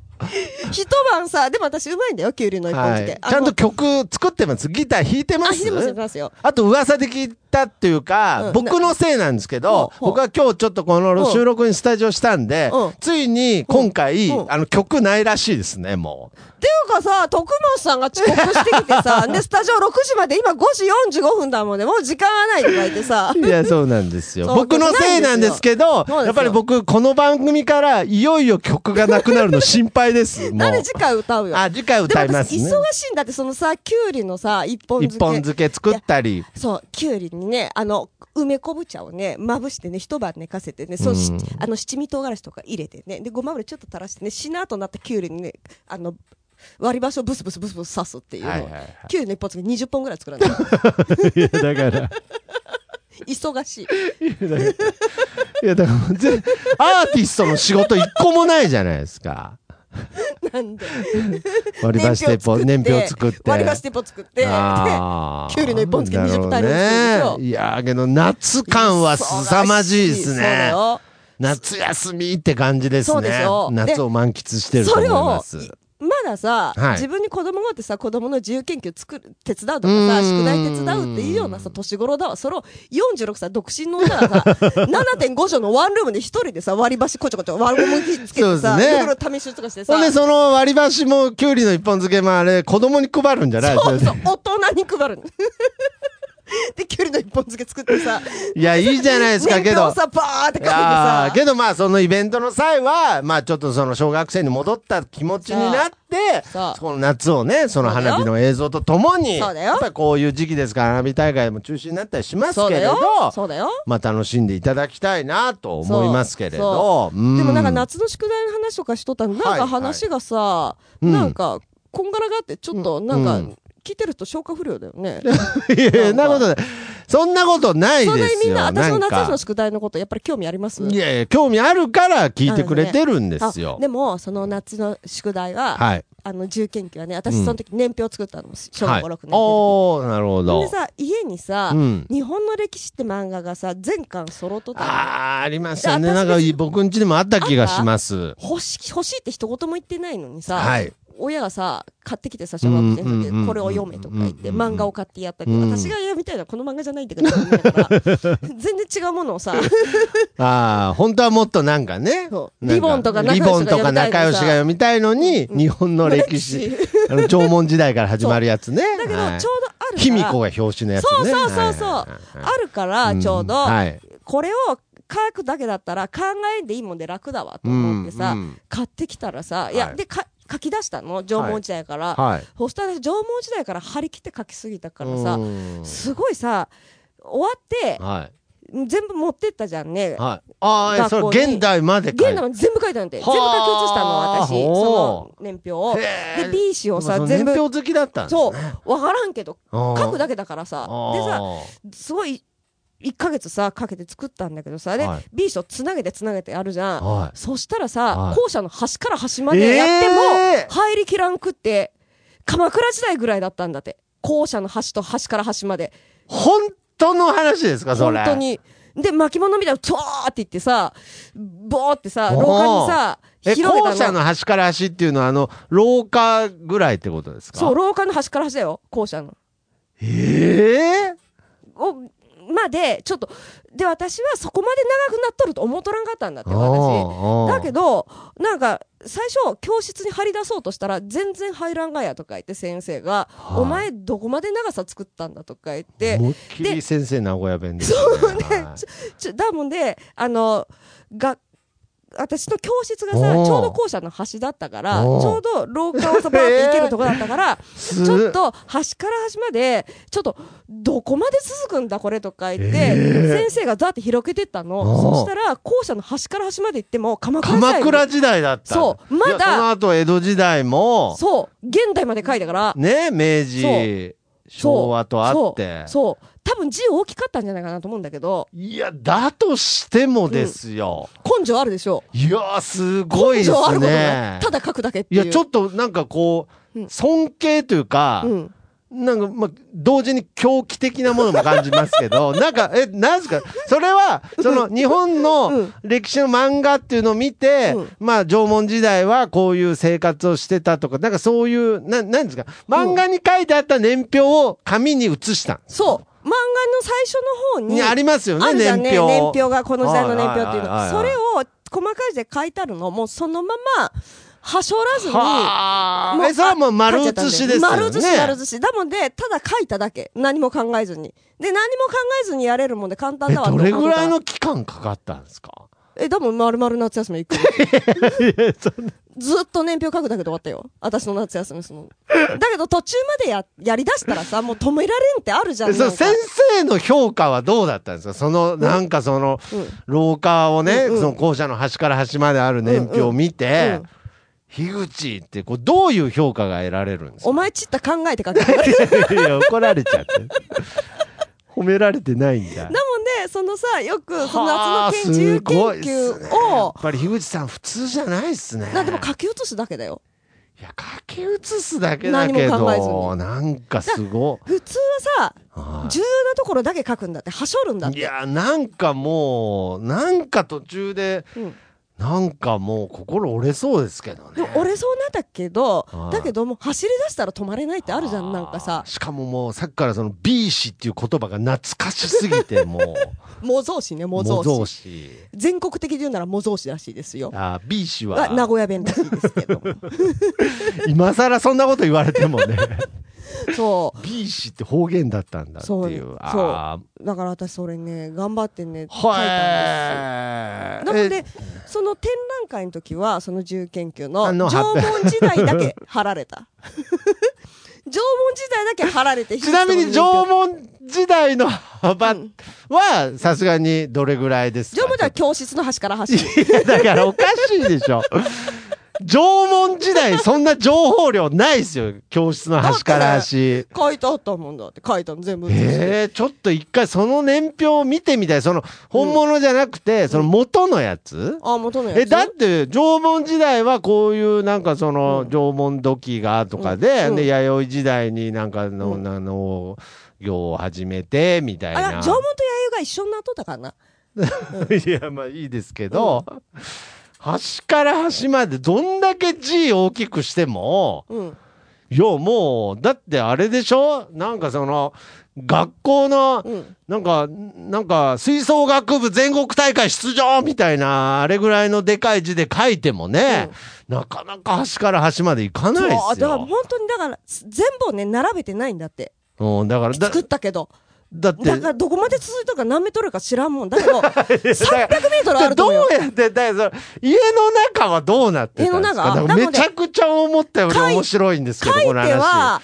Speaker 2: 一晩さ、でも私うまいんだよ、きゅうりの一本
Speaker 1: は
Speaker 2: 漬
Speaker 1: い
Speaker 2: け。。
Speaker 1: ちゃんと
Speaker 2: あ
Speaker 1: 曲作ってます。ギター弾いて
Speaker 2: の、
Speaker 1: ま
Speaker 2: あ、
Speaker 1: す
Speaker 2: ひでもしますよ。
Speaker 1: あと噂で聞いたっていうか、
Speaker 2: うん
Speaker 1: 僕のせいなんですけ
Speaker 2: ほう
Speaker 1: ど、
Speaker 2: ほう
Speaker 1: 僕は今日ちょっとこ
Speaker 2: う
Speaker 1: の
Speaker 2: ん
Speaker 1: 収録にスタジオしたんで、
Speaker 2: うん
Speaker 1: ついに今回、
Speaker 2: うんうん
Speaker 1: あの曲ないらしいですね、も
Speaker 2: っていうかさ、徳松さんが遅刻してきて
Speaker 1: <laughs>
Speaker 2: さ、で、スタジオ6時まで、今5時45分だもんね、もう時間はないとか言って
Speaker 1: <laughs>
Speaker 2: さ
Speaker 1: う。。いや、そうなんですよ。
Speaker 2: そう
Speaker 1: 僕のせいなんですけど、
Speaker 2: そうですよ
Speaker 1: やっぱり僕、この番組からいよいよ曲がなくなるの心配です。も
Speaker 2: <laughs> なんで
Speaker 1: う。
Speaker 2: 次回歌うよ。
Speaker 1: あ、次回歌います
Speaker 2: で
Speaker 1: ね
Speaker 2: も。私忙しいんだって、そのさ、きゅうりのさ、一本
Speaker 1: 一
Speaker 2: 漬け。
Speaker 1: 本漬け作ったり。
Speaker 2: そう、きゅうりにね、あの、梅昆布茶をね、まぶしてね、一晩寝かせてね、そう、しあの、七味唐辛子とか入れてね、で、ごま油ちょっと垂らしてね、しなーとなったきゅうりにね、あの、割り箸をブスブスブスブス刺すっていうのを
Speaker 1: はいはいはい
Speaker 2: きゅうりの一本漬け20本ぐらい作
Speaker 1: <laughs>
Speaker 2: らない。
Speaker 1: いや、だから。
Speaker 2: 忙しい。
Speaker 1: いや、だから、全アーティストの仕事一個もないじゃないですか。
Speaker 2: <laughs> なんで。
Speaker 1: 割り箸鉄砲、年表作って。
Speaker 2: 割り箸鉄砲作って、で、きゅ
Speaker 1: あ
Speaker 2: <laughs>
Speaker 1: ー
Speaker 2: うりの一本漬け20本
Speaker 1: な
Speaker 2: 大量に
Speaker 1: る
Speaker 2: 作
Speaker 1: ほど
Speaker 2: る
Speaker 1: ねい
Speaker 2: でしょ。
Speaker 1: やーけど夏感は凄まじいです
Speaker 2: そうだ
Speaker 1: ね。
Speaker 2: よ。
Speaker 1: 夏休みって感じです
Speaker 2: そうで
Speaker 1: ね
Speaker 2: しょ。
Speaker 1: 夏を満喫してると思います。
Speaker 2: それをまださ、
Speaker 1: はい
Speaker 2: 自分に子供がおってさ子供の自由研究作る手伝うとか
Speaker 1: うーん
Speaker 2: さ宿題手伝うっていうようなさ年頃だわそれを46歳独身の女がさ
Speaker 1: <laughs>
Speaker 2: 7.5畳のワンルームで一人でさ割り箸こちょこちょ割りゴムつけて
Speaker 1: そう
Speaker 2: さ、
Speaker 1: ですね
Speaker 2: いろいろ試し打ちとかしてさ
Speaker 1: ほんで、その割り箸も、きゅうりの一本漬けもあれ、子供に配るんじゃない
Speaker 2: そう
Speaker 1: です
Speaker 2: そ
Speaker 1: か
Speaker 2: う。大人に配る <laughs> のできゅうりの一本漬け作ってさ
Speaker 1: いや、いいじゃないですか、け
Speaker 2: 年
Speaker 1: ど
Speaker 2: 表。さバーって書いて
Speaker 1: あー
Speaker 2: さ
Speaker 1: けどまあそのイベントの際はまあちょっとその小学生に戻った気持ちになって
Speaker 2: さあ
Speaker 1: この夏をねその
Speaker 2: そうだよ
Speaker 1: 花火の映像とともに
Speaker 2: そうだよ
Speaker 1: やっぱりこういう時期ですから花火大会も中止になったりします
Speaker 2: そう
Speaker 1: け
Speaker 2: だ
Speaker 1: れど
Speaker 2: よそうだよ
Speaker 1: まあ楽しんでいただきたいなと思いますけれど
Speaker 2: そううでもなんか
Speaker 1: な
Speaker 2: 夏の宿題の話とかしとったらなん
Speaker 1: はいは
Speaker 2: か
Speaker 1: い
Speaker 2: 話がさ、
Speaker 1: うん
Speaker 2: なんかこんがらがってちょっとなんか、
Speaker 1: うん
Speaker 2: 聞いてると消化不良だよ
Speaker 1: <laughs>
Speaker 2: ね。
Speaker 1: いやそんなことないそんなことない
Speaker 2: そん
Speaker 1: で
Speaker 2: なに
Speaker 1: す
Speaker 2: みん
Speaker 1: よ
Speaker 2: な私
Speaker 1: な
Speaker 2: の夏
Speaker 1: ん
Speaker 2: 休み
Speaker 1: か
Speaker 2: の宿題のことやっぱり興味あります
Speaker 1: いやいや興味あるから聞いてくれてるんですよ
Speaker 2: あでもその夏の宿題は、
Speaker 1: はい
Speaker 2: あの自由研究はね
Speaker 1: うん
Speaker 2: 私その時年表作ったの小
Speaker 1: はい
Speaker 2: 学校6年の
Speaker 1: おーなるほ
Speaker 2: 時、
Speaker 1: ど
Speaker 2: でさ家にさ、
Speaker 1: うん
Speaker 2: 日本の歴史」って漫画がさ全巻揃っとったの
Speaker 1: あーありましたね。
Speaker 2: で
Speaker 1: なん
Speaker 2: 私
Speaker 1: か僕ん家でもあった気がし
Speaker 2: <laughs>
Speaker 1: ます。
Speaker 2: 欲し欲しいって一言も言ってないのにさ、
Speaker 1: はい
Speaker 2: 親がさ買ってきてさ小学
Speaker 1: うんう
Speaker 2: 生の
Speaker 1: んうんう
Speaker 2: 時
Speaker 1: ん
Speaker 2: これを読めとか言って
Speaker 1: うんうんうん
Speaker 2: 漫画を買ってやったり
Speaker 1: うん
Speaker 2: 私が読みたいのはこの漫画じゃないんだけどと思いながら
Speaker 1: <laughs>
Speaker 2: 全然違うものをさ
Speaker 1: ああ、本当はもっとなんかね。
Speaker 2: そう
Speaker 1: なん
Speaker 2: リボンとか仲
Speaker 1: リ
Speaker 2: 良しが
Speaker 1: ボンとか仲良しが読みたいのに、日本の歴史。あの縄文時代から始まるやつね。
Speaker 2: だけどちょうど
Speaker 1: はい
Speaker 2: あるから
Speaker 1: 卑弥呼が表紙のやつね。
Speaker 2: そうそうそうそう、
Speaker 1: はいはいはいは
Speaker 2: あるから
Speaker 1: い
Speaker 2: ちょうど、
Speaker 1: んはい。
Speaker 2: これを書くだけだったら考えんでいいもんで楽だわと思ってさ、
Speaker 1: うんうん
Speaker 2: 買ってきたらさいや、
Speaker 1: はい
Speaker 2: でか書き出したの縄文時代から、
Speaker 1: はい
Speaker 2: そしたら縄文時代から張り切って書きすぎたからさ、
Speaker 1: うん
Speaker 2: すごいさ終わって
Speaker 1: はい
Speaker 2: 全部持ってったじゃんね、
Speaker 1: はいああそ
Speaker 2: 学
Speaker 1: れ
Speaker 2: 校に
Speaker 1: 現代まで
Speaker 2: 現
Speaker 1: 書い
Speaker 2: 代まで全部書いたんで
Speaker 1: はあ
Speaker 2: 全部書き写したの
Speaker 1: お
Speaker 2: 私
Speaker 1: ー
Speaker 2: その年表をで
Speaker 1: へー
Speaker 2: B 紙を
Speaker 1: まあ
Speaker 2: さ
Speaker 1: その
Speaker 2: 全部
Speaker 1: 年表好きだったんですね
Speaker 2: そう分からんけど
Speaker 1: あー
Speaker 2: 書くだけだからさ
Speaker 1: あー
Speaker 2: でさすごい1ヶ月さかけて作ったんだけどさで、
Speaker 1: はい
Speaker 2: B 賞つなげてつなげてやるじゃん、
Speaker 1: はい
Speaker 2: そしたらさ、
Speaker 1: はい
Speaker 2: 校舎の端から端までやっても、
Speaker 1: えー
Speaker 2: 入りきらんくって鎌倉時代ぐらいだったんだって校舎の端と端から端まで
Speaker 1: 本当の話ですかそ
Speaker 2: 本
Speaker 1: れ
Speaker 2: 当にで巻物みたいなとーって言ってさボーってさ廊下にさ
Speaker 1: え
Speaker 2: 広げ
Speaker 1: 校
Speaker 2: た
Speaker 1: 舎の端から端っていうのはあの廊下ぐらいってことですか
Speaker 2: そう廊下の端から端だよ校舎の。
Speaker 1: ええ
Speaker 2: をまでちょっとで私はそこまで長くなっとると思っとらんかったんだって私。だけ
Speaker 1: ど
Speaker 2: ど、なんか、最初、教室に張り出そうとしたら、全然入らんがやとか言って、先生が、
Speaker 1: はい
Speaker 2: お前、どこまで長さ作ったんだとか言って、
Speaker 1: 思いっきり
Speaker 2: で
Speaker 1: 先生名古屋弁です、ね、そうね、
Speaker 2: ちょだもんで、あの、が、私の教室がさ、ち
Speaker 1: お
Speaker 2: ょ
Speaker 1: ー
Speaker 2: うど校舎の端だったから、ち
Speaker 1: おー
Speaker 2: ょうど廊下をさ、バーって行けるとこだったから、
Speaker 1: す
Speaker 2: ちょっと端から端まで、ちょっと、どこまで続くんだ、これとか言って、
Speaker 1: ええ
Speaker 2: 先生がざって広げてったの。
Speaker 1: おー
Speaker 2: そしたら、校舎の端から端まで行っても、鎌倉時代
Speaker 1: 鎌
Speaker 2: に
Speaker 1: 倉時代だった
Speaker 2: そうまだ
Speaker 1: いやその後江戸時代も
Speaker 2: そう、現代まで書いたから、
Speaker 1: ね明治
Speaker 2: そう
Speaker 1: 昭和とあって
Speaker 2: そうそう多分字大きかったんじゃないかなと思うんだけど
Speaker 1: いやだとしてもですよ、
Speaker 2: 根性あるでしょ
Speaker 1: いやーすごいで
Speaker 2: 根性ある
Speaker 1: す
Speaker 2: ことな
Speaker 1: ね
Speaker 2: いただ書くだけって
Speaker 1: い
Speaker 2: いう
Speaker 1: やちょっとなんかこ
Speaker 2: うん
Speaker 1: う尊敬というか、
Speaker 2: うん、
Speaker 1: なんか、まあ、同時に狂気的なものも感じますけ
Speaker 2: <laughs>
Speaker 1: ど、なんか、え、なんすかそれは、その、日本
Speaker 2: う
Speaker 1: の
Speaker 2: ん
Speaker 1: 歴史の漫画っていうのを見て、
Speaker 2: うん
Speaker 1: まあ、縄文時代はこういう生活をしてたとか、なんかそういう、な、なんですか漫画に書いてあった年表を紙に写したんです。
Speaker 2: そう漫画の最初の方に
Speaker 1: にありますよ
Speaker 2: あ
Speaker 1: ね、
Speaker 2: るじゃん
Speaker 1: 年
Speaker 2: ね
Speaker 1: 表。
Speaker 2: 年表がこの時代の年表って
Speaker 1: はい
Speaker 2: いう
Speaker 1: はいはいは
Speaker 2: の
Speaker 1: い
Speaker 2: それを細かい字で書いてあるのをもうそのままはしょらずに
Speaker 1: は
Speaker 2: もう
Speaker 1: あ。え、それはもう丸写しですよね。
Speaker 2: 丸写し、丸写し。だもんで、ただ書いただけ。何も考えずに。で、何も考えずにやれるもんで簡単
Speaker 1: え、
Speaker 2: だわと
Speaker 1: ど
Speaker 2: 思った
Speaker 1: れぐらいの期間かかったんですか
Speaker 2: え、でも丸々夏休み行く。
Speaker 1: <laughs>
Speaker 2: ずっと年表書くだけで終わったよ。私の夏休み、その。だけど途中までや、やりだしたらさ、もう止められんってあるじゃん。
Speaker 1: えその
Speaker 2: なんか
Speaker 1: 先生の評価はどうだったんですかその、なんかその、
Speaker 2: うん
Speaker 1: 廊下をね、
Speaker 2: うんうん
Speaker 1: その校舎の端から端まである年表を見
Speaker 2: うん
Speaker 1: て
Speaker 2: うん、
Speaker 1: 樋口ってこうどういう評価が得られるんです
Speaker 2: お
Speaker 1: か
Speaker 2: 前ちった考え
Speaker 1: <laughs>
Speaker 2: て書け。だもん
Speaker 1: いや怒られちゃって。褒められてないんだ。
Speaker 2: で、そのさ、よく、その
Speaker 1: はあ
Speaker 2: 夏の研究
Speaker 1: すごいっ
Speaker 2: 研
Speaker 1: すね
Speaker 2: 究
Speaker 1: やっ
Speaker 2: を、
Speaker 1: ぱり樋口さん普通じゃないっすね。
Speaker 2: な、でも書き写すだけだよ。
Speaker 1: いや、書き写すだけだけ
Speaker 2: 何も
Speaker 1: ど、
Speaker 2: 考
Speaker 1: なんかすごい。
Speaker 2: 普通は
Speaker 1: は
Speaker 2: さ、
Speaker 1: い
Speaker 2: 重要なところだけ書くんだって、はしょるんだっ
Speaker 1: い
Speaker 2: て。
Speaker 1: やなんかもうなんか途中で、
Speaker 2: うん
Speaker 1: なんかもう心折れそうですけどね
Speaker 2: でも折れそうなんだけど
Speaker 1: はい、
Speaker 2: だけどもう走り出したら止まれないってあるじゃん、なんかさ
Speaker 1: あー、しかももうさっきからその B 氏っていう言葉が懐かしすぎて
Speaker 2: <laughs>
Speaker 1: も
Speaker 2: 模造紙ね、
Speaker 1: う
Speaker 2: 模造紙。
Speaker 1: 詞
Speaker 2: 全国的で言うなら模造紙らしいですよ。
Speaker 1: あー B 氏
Speaker 2: は名
Speaker 1: は
Speaker 2: 古屋弁らしいですけども。
Speaker 1: 今更そんなこと言われても
Speaker 2: <laughs>
Speaker 1: ね
Speaker 2: そ
Speaker 1: B 氏って方言だったんだって
Speaker 2: そう
Speaker 1: い
Speaker 2: そうう
Speaker 1: あー
Speaker 2: う。だから私それね、頑張ってね、書いたんです。
Speaker 1: はえ
Speaker 2: なので、その展覧会の時は、その自由研究の
Speaker 1: あの
Speaker 2: 縄文時代だけ貼られた。 <laughs> 縄文時代だけ貼ら
Speaker 1: <laughs>
Speaker 2: れて、
Speaker 1: ちなみに縄文時代の幅
Speaker 2: うん
Speaker 1: はさすがにどれぐらいですか
Speaker 2: 縄文時代は教室の端から端。
Speaker 1: いやだからおかしいでしょ。縄文時代そんな情報量ないですよ。教室の端から端。
Speaker 2: 書いてあったもんだって、書いたの全部写して。
Speaker 1: ええちょっと一回その年表を見てみたい。その本物じゃなくて、その元のやつ、
Speaker 2: あ、元のやつ。
Speaker 1: え、だって縄文時代はこういうなんかその
Speaker 2: うん
Speaker 1: 縄文土器がとかで、
Speaker 2: うん
Speaker 1: で、弥生時代になんかの、
Speaker 2: うん
Speaker 1: なの、行を始めてみたい
Speaker 2: あ、いや
Speaker 1: な。
Speaker 2: 縄文と弥生が一緒になっとったかな。
Speaker 1: <laughs> いや、まあいいですけど、端から端までどんだけ字大きくしても、
Speaker 2: うん。
Speaker 1: いや、もう、だってあれでしょなんかその、学校の、
Speaker 2: うん。
Speaker 1: なんか、なんか、吹奏楽部全国大会出場みたいな、あれぐらいのでかい字で書いてもね、なかなか端から端までいかない
Speaker 2: そう
Speaker 1: です
Speaker 2: だから
Speaker 1: よ。
Speaker 2: 本当にだから、全部をね、並べてないんだって。
Speaker 1: うん、だから、だ
Speaker 2: 作ったけど。
Speaker 1: だって
Speaker 2: だからどこまで続いたか何メートルか知らんもん。だけ
Speaker 1: <laughs>
Speaker 2: ど、300メートルあると
Speaker 1: ど
Speaker 2: 思
Speaker 1: う
Speaker 2: うよ。
Speaker 1: やってだよそれ家の中はどうなってたんですか
Speaker 2: 家の中
Speaker 1: だから
Speaker 2: なの
Speaker 1: め
Speaker 2: で
Speaker 1: ちゃくちゃ思ったより面白いんですけど
Speaker 2: 書いて
Speaker 1: この話
Speaker 2: は、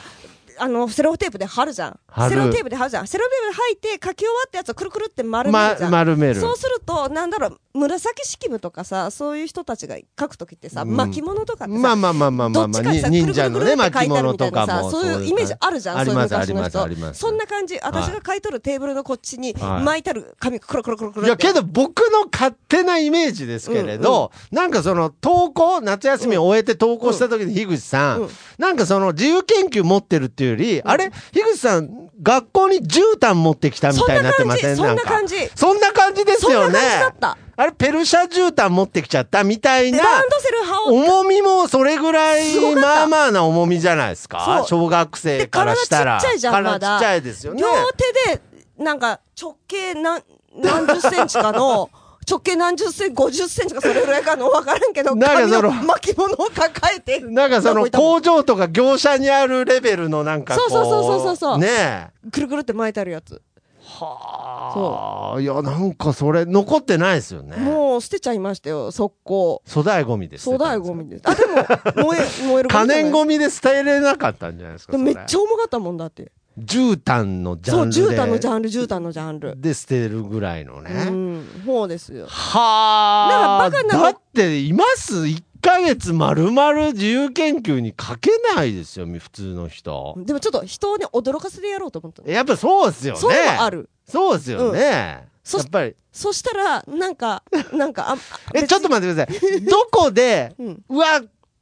Speaker 2: あの、セロテープで貼るじゃん。
Speaker 1: 貼る
Speaker 2: セロテープで貼るじゃん。セロテープで貼いて書き終わったやつをくるくるって丸めるじゃん。
Speaker 1: ま丸める
Speaker 2: そうすると、なんだろう、紫式部とかさ、そういう人たちが書くときってさ、
Speaker 1: うん
Speaker 2: 巻物とかってさ、
Speaker 1: まあまあまあまあま
Speaker 2: ど
Speaker 1: あ
Speaker 2: っ
Speaker 1: まあ
Speaker 2: ちかに
Speaker 1: に
Speaker 2: さ、
Speaker 1: 忍者のね
Speaker 2: くるくるくるって
Speaker 1: 巻
Speaker 2: 書いてある
Speaker 1: 物
Speaker 2: み
Speaker 1: と
Speaker 2: たい
Speaker 1: か
Speaker 2: なさ、
Speaker 1: も
Speaker 2: そういうイメージあるじゃん、
Speaker 1: あ
Speaker 2: そ
Speaker 1: り
Speaker 2: ういう
Speaker 1: ますあ
Speaker 2: 昔
Speaker 1: り
Speaker 2: の
Speaker 1: ますあり
Speaker 2: 人。
Speaker 1: ます
Speaker 2: そんな感じ、私が書いとるテーブルのこっちに
Speaker 1: はい
Speaker 2: 巻いてある紙がくるくるくるくるっ
Speaker 1: い
Speaker 2: て。
Speaker 1: やけど僕の勝手なイメージですけれど、なんかその投稿夏休みを終えて投稿した時に樋口さん、
Speaker 2: うん
Speaker 1: なんかその自由研究持ってるっていうより、あれ樋口さん学校に絨毯持ってきたみたいになってません
Speaker 2: そんな感
Speaker 1: ん
Speaker 2: じ
Speaker 1: かそんな感じですよね
Speaker 2: そんな感じだった
Speaker 1: あれペルシャ絨毯持ってきちゃったみたいな
Speaker 2: ランドセル羽織っ
Speaker 1: 重みもそれぐらい
Speaker 2: すごかった
Speaker 1: まあまあな重みじゃないですか
Speaker 2: そう
Speaker 1: 小学生
Speaker 2: て
Speaker 1: か
Speaker 2: 体
Speaker 1: ら
Speaker 2: ちっ
Speaker 1: したら
Speaker 2: ちゃいじゃん、まだ。
Speaker 1: 体ちっちゃいですよね
Speaker 2: 両手で、なんか直径何、何十センチかの、直径何十センチ、50センチかそれぐらいかの分からんけど、
Speaker 1: なんか
Speaker 2: 紙
Speaker 1: その
Speaker 2: の巻物を抱えて。
Speaker 1: なんかそ
Speaker 2: どこ
Speaker 1: の
Speaker 2: 行ったも
Speaker 1: 工場とか業者にあるレベルのなんかこう
Speaker 2: そうそうそうそうそうそう
Speaker 1: ねえ
Speaker 2: くるくるって巻いてあるやつ。
Speaker 1: はあいやなんかそれ残ってないですよね
Speaker 2: もう捨てちゃいましたよ、速攻。
Speaker 1: 粗大ゴミです
Speaker 2: 粗大ゴミです。あ、でも、燃え、燃えるゴミじゃ
Speaker 1: 可
Speaker 2: ない。
Speaker 1: 燃ゴミで捨てれなかったんじゃないですか
Speaker 2: でもめっち
Speaker 1: ゃ
Speaker 2: ゃ重かったもんだって。
Speaker 1: 絨毯のジャ
Speaker 2: そう、
Speaker 1: ンルで
Speaker 2: 絨毯のジャンル、絨毯のジャンル。
Speaker 1: で捨てるぐらいのね、
Speaker 2: うん、そうですよ。
Speaker 1: はあ
Speaker 2: なんかバカな
Speaker 1: だっています1ヶ月まるまる自由研究にかけないですよ普通の人
Speaker 2: でもちょっと人をね、驚かせてやろうと思ったの。
Speaker 1: やっぱそうですよね
Speaker 2: そういうのもある。
Speaker 1: そうですよね、
Speaker 2: うん
Speaker 1: や
Speaker 2: そし
Speaker 1: っぱり
Speaker 2: そしたら、なんか、なんか、あ、あ
Speaker 1: <laughs> え、ちょっと待ってください。どこで、
Speaker 2: <laughs> うん
Speaker 1: うわ、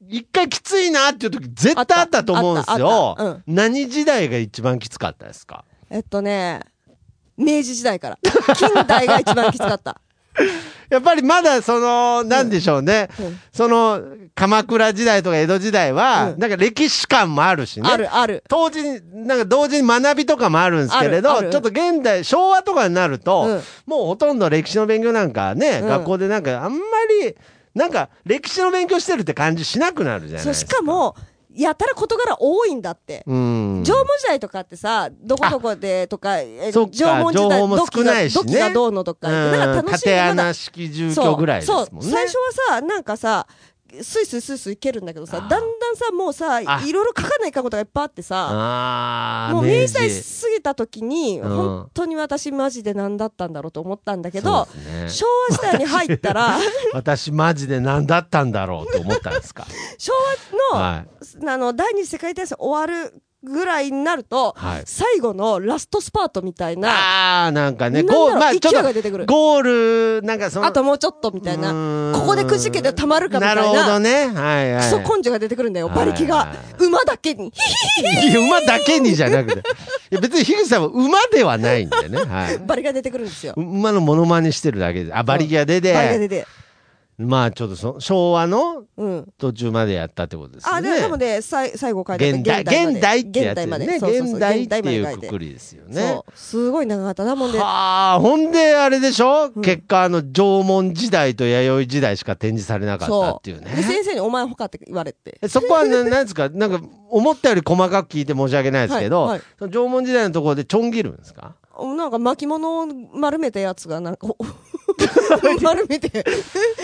Speaker 1: 一回きついなっていう時絶対あったと思うんです
Speaker 2: あ
Speaker 1: よ
Speaker 2: ったあった。
Speaker 1: 何時代が一番きつかったですか
Speaker 2: えっとね、明治時代から。近代が一番きつかった。
Speaker 1: やっぱりまだその、なんでしょうね
Speaker 2: うん。
Speaker 1: その、鎌倉時代とか江戸時代は、
Speaker 2: うん
Speaker 1: なんか歴史観もあるし <laughs> ね。
Speaker 2: ある、ある。
Speaker 1: 当時に、なんか同時に学びとかもあるんですけれ
Speaker 2: あ
Speaker 1: ど、
Speaker 2: るある
Speaker 1: ちょっと現代、昭和とかになると、
Speaker 2: うん
Speaker 1: もうほとんど歴史の勉強なんかね、
Speaker 2: うん
Speaker 1: 学校でなんかあんまり、なんか歴史の勉強してるって感じしなくなるじゃない
Speaker 2: そ
Speaker 1: で
Speaker 2: う、
Speaker 1: す
Speaker 2: し
Speaker 1: か。
Speaker 2: かも、やたら事柄多いんだって。
Speaker 1: うん。
Speaker 2: 縄文時代とかってさ、どこどこでとか、え
Speaker 1: そっか
Speaker 2: 縄文時代
Speaker 1: 情報も
Speaker 2: 土
Speaker 1: 少
Speaker 2: 器が
Speaker 1: ないしね
Speaker 2: 土器がどうのとか言って、なんか楽しい
Speaker 1: 縦
Speaker 2: まだ
Speaker 1: 穴式住居ぐらいですもんね。
Speaker 2: そうそう最初はさなんかさスイスイスイスイいけるんだけどさだんだんさもうさい
Speaker 1: あ
Speaker 2: ろいろ書かないかんことがいっぱいあってさ
Speaker 1: ああ、
Speaker 2: もう明
Speaker 1: 明
Speaker 2: 治代
Speaker 1: 治。
Speaker 2: 過ぎた時に、
Speaker 1: うん
Speaker 2: 本当に私マジで何だったんだろうと思ったんだけど、
Speaker 1: そうです
Speaker 2: 昭和時代に入っ
Speaker 1: <laughs>
Speaker 2: たら
Speaker 1: 私マジで何だったんだろうと思ったん
Speaker 2: <laughs>
Speaker 1: ですか。
Speaker 2: 昭和の,、
Speaker 1: は
Speaker 2: あの第二次世界大戦終わるぐらいになると、
Speaker 1: はい
Speaker 2: 最後のラストスパートみたいな。
Speaker 1: ああ、なんかね、
Speaker 2: なんだろ
Speaker 1: ゴ
Speaker 2: う
Speaker 1: ール、まあ
Speaker 2: 勢い
Speaker 1: ちょ
Speaker 2: が
Speaker 1: っ
Speaker 2: 出てく
Speaker 1: と、
Speaker 2: る
Speaker 1: ゴール、なんかその、
Speaker 2: あともうちょっとみたいう
Speaker 1: ー。
Speaker 2: なんここでくじけてたまるかみたいな。
Speaker 1: るほどね。はいはい。
Speaker 2: クソ根性が出てくるんだよ、
Speaker 1: はい
Speaker 2: 馬力が。馬だけに。
Speaker 1: いや馬だけにじゃなくて。いや別に樋口さんは馬ではないんでね。はい。
Speaker 2: 馬力が出てくるんですよ。
Speaker 1: 馬のモノマネしてるだけで。あ、馬力が出
Speaker 2: 馬力が出
Speaker 1: て。
Speaker 2: て。
Speaker 1: まあちょっとそ昭和の
Speaker 2: うん。
Speaker 1: 途中までやったってことですよ
Speaker 2: あ、
Speaker 1: ね。
Speaker 2: でもでもね、さい最後書いてあった
Speaker 1: 現代、現代ってや
Speaker 2: 現
Speaker 1: つで
Speaker 2: 代
Speaker 1: す
Speaker 2: まで。
Speaker 1: ね。
Speaker 2: そうそうそう
Speaker 1: 現代っていうく
Speaker 2: 現代
Speaker 1: く
Speaker 2: まで
Speaker 1: りですよ
Speaker 2: 書いて
Speaker 1: ね。
Speaker 2: そう。すごい長かったな、もんで。
Speaker 1: はあ、ほんで、あれでしょ、結果、あの、縄文時代と弥生時代しか展示されなかったっ
Speaker 2: そ
Speaker 1: ていう
Speaker 2: で、
Speaker 1: ね。
Speaker 2: 先生にお前ほかって言われて。
Speaker 1: えそこは、ななんですかなんか、思ったより細かく聞いて申し訳ないですけど、
Speaker 2: はいはい
Speaker 1: その縄文時代のところでちょん切るんですか
Speaker 2: なんか巻物を丸めたやつが、なん
Speaker 1: <laughs>
Speaker 2: か、ほ丸めて。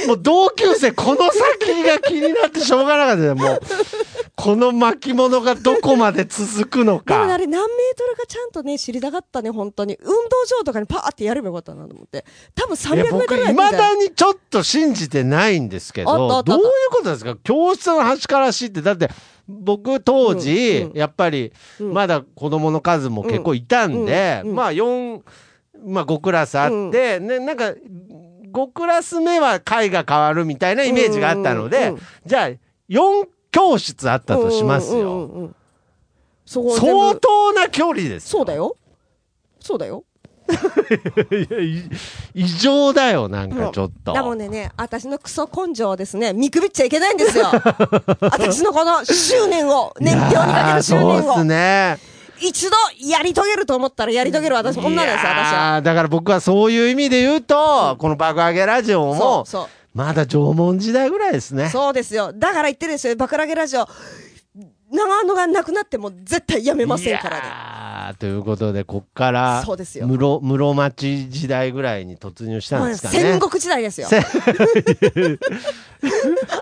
Speaker 1: もう同級生、この先が気になってしょうがなかったですもう、この巻物がどこまで続くの
Speaker 2: でもねあ
Speaker 1: か。
Speaker 2: れ何メートルかちゃんとね、知りたかったね、本当に。運動場とかにパーってやればよかったなと思って。多分300
Speaker 1: い
Speaker 2: メ
Speaker 1: や
Speaker 2: ートル
Speaker 1: 僕、
Speaker 2: ぐらい
Speaker 1: 未
Speaker 2: あるんじゃない
Speaker 1: だにちょっと信じてないんですけ
Speaker 2: あったあったあ
Speaker 1: ど、
Speaker 2: った
Speaker 1: どういうことなんですか教室の端から端って、だって、僕当時、
Speaker 2: うんうん
Speaker 1: やっぱり、
Speaker 2: うん
Speaker 1: まだ子供の数も結構いたんで、
Speaker 2: うんうん
Speaker 1: まあ4、まあ5クラスあって、ね、なんか、5クラス目は回が変わるみたいなイメージがあったので、
Speaker 2: うんうん
Speaker 1: じゃあ、4教室あったとしますよ。
Speaker 2: うんうんうんうんそこ全部
Speaker 1: 相当な距離
Speaker 2: <laughs>
Speaker 1: です。
Speaker 2: そうだよ。そうだよ。
Speaker 1: いやい異常だよ、なんかちょっと。
Speaker 2: だもんでね、私のクソ根性をですね、見くびっちゃいけないんで
Speaker 1: <laughs>
Speaker 2: すよ。私のこの執念を、
Speaker 1: い
Speaker 2: 年
Speaker 1: やー
Speaker 2: 表にかける執念
Speaker 1: そうっす
Speaker 2: を、
Speaker 1: ね。
Speaker 2: 一度やり遂げると思ったらやり遂げる <laughs> 私、女です、私は。
Speaker 1: ああ、だから僕はそういう意味で言うと、この爆上げラジオ
Speaker 2: そ
Speaker 1: も
Speaker 2: う、、そ
Speaker 1: まだ縄文時代ぐらいですね
Speaker 2: う。。そうですよ。だから言ってるんですよ、バクラゲラジオ。長野がなくなっても絶対やめませんからね。
Speaker 1: いあということでこっから
Speaker 2: そうですよ
Speaker 1: 室室町時代ぐらいに突入したんですかね
Speaker 2: 戦国時代ですよ。 <laughs>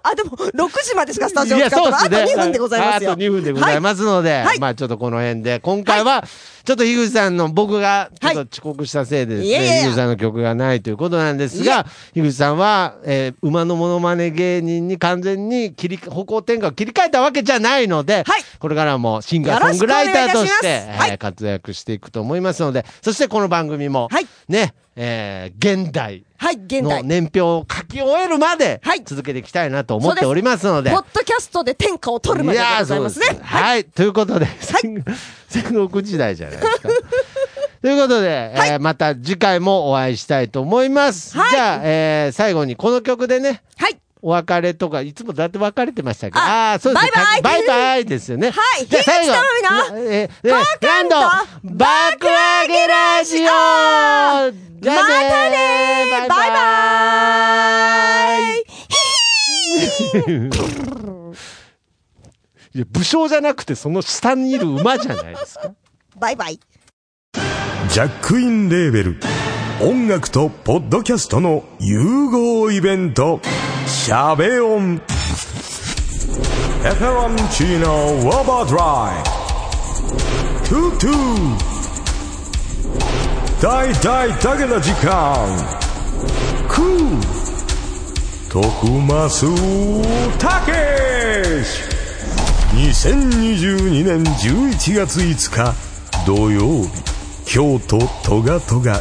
Speaker 2: あ、でも、6時までしかスタジオ使
Speaker 1: や
Speaker 2: ったの
Speaker 1: そう
Speaker 2: あと
Speaker 1: ですね
Speaker 2: 2分でございますよ。
Speaker 1: あと2分でございますので、
Speaker 2: はい
Speaker 1: まあちょっとこの辺で、今回は、ちょっと樋口さんの、僕がちょっと
Speaker 2: は
Speaker 1: 遅刻したせいでです
Speaker 2: いえいえい
Speaker 1: ね、
Speaker 2: え
Speaker 1: 樋口さんの曲がないということなんです
Speaker 2: い
Speaker 1: が、樋口さんは、えー馬のモノマネ芸人に完全に切り、方向転換を切り替えたわけじゃないので、
Speaker 2: はい
Speaker 1: これからもシンガーソングライターとして、
Speaker 2: よろしくお願いいたします
Speaker 1: えー活躍していくと思いますので、そしてこの番組も、
Speaker 2: はい
Speaker 1: ね、えー現代、
Speaker 2: はい、現
Speaker 1: の
Speaker 2: 代。
Speaker 1: 年表を書き終えるまで
Speaker 2: はい
Speaker 1: 続けていきたいなと思っておりますので。
Speaker 2: ポッドキャストで天下を取るまででございますね
Speaker 1: やーそう。はい、ということで、戦戦国時代じゃないですか。ということで、えーまた次回もお会いしたいと思います。
Speaker 2: はい
Speaker 1: じゃあ、えー最後にこの曲でね、
Speaker 2: はい。
Speaker 1: お別れとか、いつもだって別れてましたけど、
Speaker 2: あ
Speaker 1: ああー、そうですね
Speaker 2: バイバイ
Speaker 1: バイバイですよね。
Speaker 2: はい
Speaker 1: じゃあ最後、
Speaker 2: 樋口智美
Speaker 1: えーえー
Speaker 2: パーカンと
Speaker 1: バック上げラジオじゃあねー
Speaker 2: またねーバイバーイ
Speaker 1: いや武将じゃなくてその下にいる馬じゃないですか
Speaker 2: バイバイ。
Speaker 3: ジャックインレーベル音楽とポッドキャストの融合イベント「シャベオン」「エフェロンチーノウォーバードライ」「トゥトゥ」「大大だけの時間」「クー」「徳マスたけし」2022年11月5日土曜日京都トガトガ